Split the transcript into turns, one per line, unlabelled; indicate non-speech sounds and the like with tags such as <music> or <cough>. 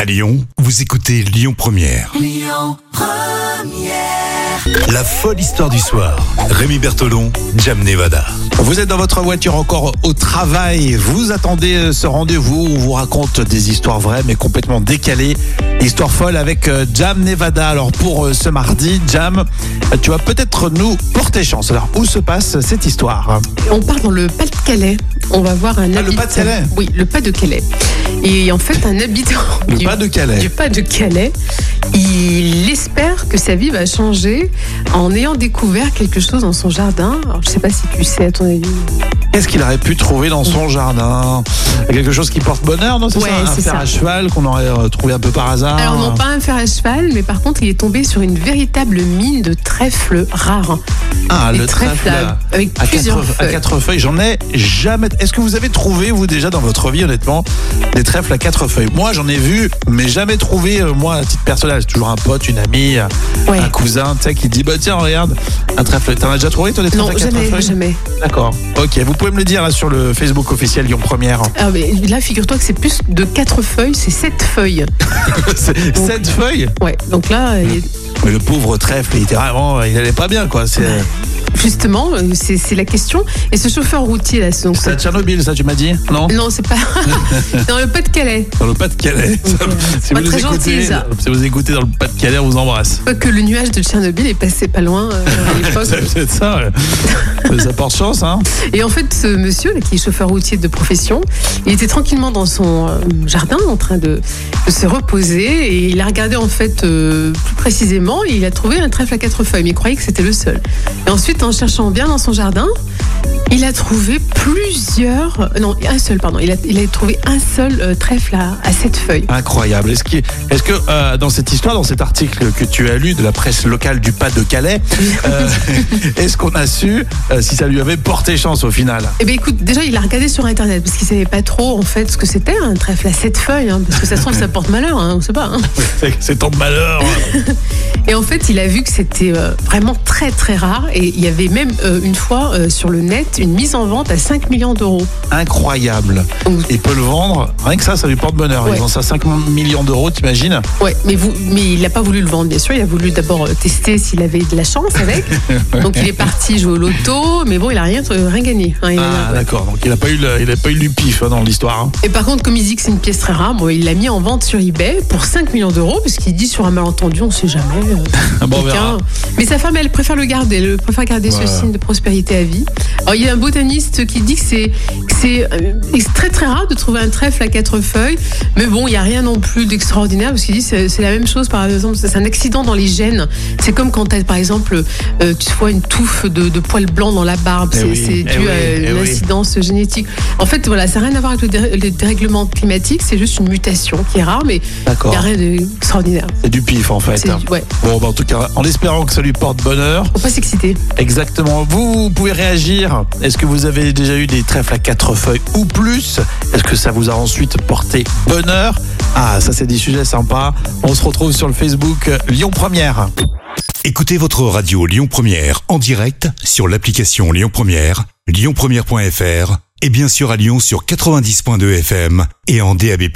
À Lyon, vous écoutez Lyon Première. Lyon Première. La folle histoire du soir. Rémi Bertolon, Jam Nevada.
Vous êtes dans votre voiture encore au travail, vous attendez euh, ce rendez-vous où on vous raconte des histoires vraies mais complètement décalées. Histoire folle avec euh, Jam Nevada. Alors pour euh, ce mardi, Jam, euh, tu vas peut-être nous porter chance. Alors où se passe cette histoire
On part dans le Pas-de-Calais. On va voir un
Ah, le
habitant-
Pas-de-Calais
Oui, le Pas-de-Calais. Et en fait, un habitant
Le
du,
pas de Calais.
du Pas-de-Calais, il espère que sa vie va changer en ayant découvert quelque chose dans son jardin. Alors, je sais pas si tu sais, à ton avis.
Qu'est-ce qu'il aurait pu trouver dans son jardin Quelque chose qui porte bonheur, non C'est
Ouais,
ça Un
c'est
fer
ça.
à cheval qu'on aurait euh, trouvé un peu par hasard
Alors, non, pas un fer à cheval, mais par contre, il est tombé sur une véritable mine de trèfle rare.
Ah,
Des
le
trèfles
trèfle.
à- avec
À
plusieurs
quatre, à
feuilles.
quatre feuilles, j'en ai jamais. Est-ce que vous avez trouvé, vous, déjà dans votre vie, honnêtement, des trèfles à quatre feuilles Moi, j'en ai vu, mais jamais trouvé, euh, moi, à titre personnel. C'est toujours un pote, une amie, euh,
Ouais.
un cousin, tu sais, qui dit Bah, tiens, regarde, un trèfle. T'en as déjà trouvé, toi, des trèfles
Non,
à quatre
jamais,
feuilles
jamais.
D'accord. Ok, vous pouvez me le dire, là, sur le Facebook officiel Lyon Première. <laughs>
Ah, mais là, figure-toi que c'est plus de quatre feuilles, c'est sept feuilles.
C'est-
Donc-
Sept feuilles
Ouais, donc là, il est-
Mais le pauvre trèfle, il était vraiment. Il allait pas bien, quoi. C'est
Justement, euh, c'est c'est la question. Et ce chauffeur routier, là, c'est- donc,
c'est à
c'est-
Tchernobyl, ça, tu m'as dit Non
non, c'est pas <laughs> dans le Pas-de-Calais.
Dans le Pas-de-Calais. <laughs> si
pas
vous nous
très gentil,
écoutez,
ça.
si vous écoutez dans le Pas-de-Calais, on vous embrasse.
Pas que le nuage de Tchernobyl est passé pas loin euh, à l'époque.
C'est peut-être ça. <laughs> ouais. Mais ça porte chance, hein.
Et en fait, ce monsieur, là, qui est chauffeur routier de profession, il était tranquillement dans son euh, jardin en train de, de se reposer et il a regardé en fait euh, plus précisément et il a trouvé un trèfle à quatre feuilles, mais il croyait que c'était le seul. Et ensuite, en cherchant bien dans son jardin, il a trouvé plusieurs, non, un seul, pardon, il a, il a trouvé un seul euh, trèfle à, à sept feuilles.
Incroyable. Est-ce qu'il- est-ce que euh, dans cette histoire, dans cet article que tu as lu de la presse locale du <laughs> Pas-de-Calais, euh, est-ce qu'on a su euh, si ça lui avait porté chance au final
Eh bien écoute, déjà il a regardé sur internet parce qu'il savait pas trop en fait ce que c'était un trèfle à sept feuilles, hein, parce que ça se trouve ça porte malheur, hein, on sait pas. hein.
C'est- C'est ton malheur.
Et en fait il a vu que c'était euh, vraiment très très rare et il y avait même euh, une fois euh, sur le net une mise en vente à 5 millions d'euros.
Incroyable.
Donc,
Il peut le vendre. Rien que ça, ça lui porte bonheur.
Ouais.
Ils ont ça 5 millions d'euros, t'imagines
ouais, mais, vous, mais il n'a pas voulu le vendre bien sûr, il a voulu d'abord euh, tester s'il avait de la chance avec. Donc il est parti jouer au loto, mais bon il a rien, euh, rien gagné. hein, il a-
Ah, d'accord. Donc il n'a pas, eu le- il a pas eu du pif hein, dans l'histoire. hein.
Et par contre, comme il dit que c'est une pièce très rare, bon, il l'a mis en vente sur eBay pour 5 millions d'euros, parce qu'il dit sur un malentendu, on sait jamais. euh,
Ah, bon, on
quelqu'un.
verra.
Mais sa femme, elle préfère le garder, elle préfère garder
Ouais.
ce signe de prospérité à vie. Alors, il y a un botaniste qui dit que c'est que c'est euh, c'est très très rare de trouver un trèfle à quatre feuilles, mais bon, il n'y a rien non plus d'extraordinaire, parce qu'il dit c'est c'est la même chose, par exemple, c'est un accident dans les gènes. C'est comme quand, t'as, par exemple, euh, tu vois une touffe de, de poils blancs dans la barbe,
Eh
c'est
oui,
c'est
eh
dû
oui,
à
eh
une
oui.
incidence génétique. En fait, voilà, ça n'a rien à voir avec le, dé- le dérèglement climatique, c'est juste une mutation qui est rare, mais il n'y a
D'accord.
rien d'extraordinaire.
C'est du pif en fait.
C'est- Ouais,
Bon, bah, en tout cas, en espérant que ça lui porte bonheur.
faut pas s'exciter.
Exactement. Vous, vous pouvez réagir. Est-ce que vous avez déjà eu des trèfles à quatre feuilles ou plus Est-ce que ça vous a ensuite porté bonheur Ah, ça c'est des sujets sympas. On se retrouve sur le Facebook euh, Lyon Première.
Écoutez votre radio Lyon Première en direct sur l'application Lyon Première, lyonpremière.fr et bien sûr à Lyon sur 90.2 FM et en DAB+.